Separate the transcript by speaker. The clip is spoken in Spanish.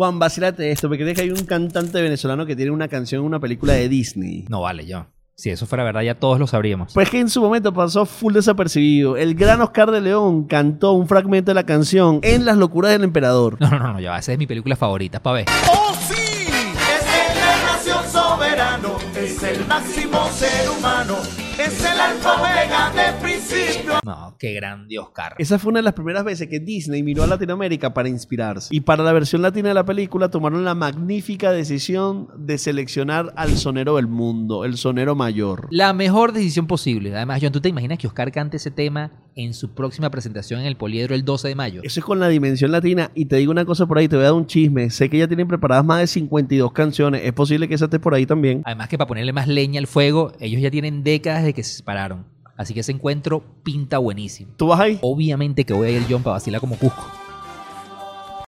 Speaker 1: Juan, vacílate esto, porque crees que hay un cantante venezolano que tiene una canción en una película de Disney.
Speaker 2: No vale, yo. Si eso fuera verdad, ya todos lo sabríamos.
Speaker 1: Pues que en su momento pasó full desapercibido. El gran Oscar de León cantó un fragmento de la canción en Las locuras del emperador.
Speaker 2: No, no, no, no, ya. va, Esa es mi película favorita, pa' ver.
Speaker 3: ¡Oh, sí! Es el la nación soberano, es el máximo ser humano, es el alfa omega de principio.
Speaker 2: No, qué grande Oscar.
Speaker 1: Esa fue una de las primeras veces que Disney miró a Latinoamérica para inspirarse. Y para la versión latina de la película tomaron la magnífica decisión de seleccionar al sonero del mundo, el sonero mayor.
Speaker 2: La mejor decisión posible. Además, John, ¿tú te imaginas que Oscar cante ese tema en su próxima presentación en el Poliedro el 12 de mayo?
Speaker 1: Eso es con la dimensión latina. Y te digo una cosa por ahí, te voy a dar un chisme. Sé que ya tienen preparadas más de 52 canciones. Es posible que esa esté por ahí también.
Speaker 2: Además que para ponerle más leña al fuego, ellos ya tienen décadas de que se separaron. Así que ese encuentro pinta buenísimo.
Speaker 1: ¿Tú vas ahí?
Speaker 2: Obviamente que voy a ir John para vacilar como Cusco.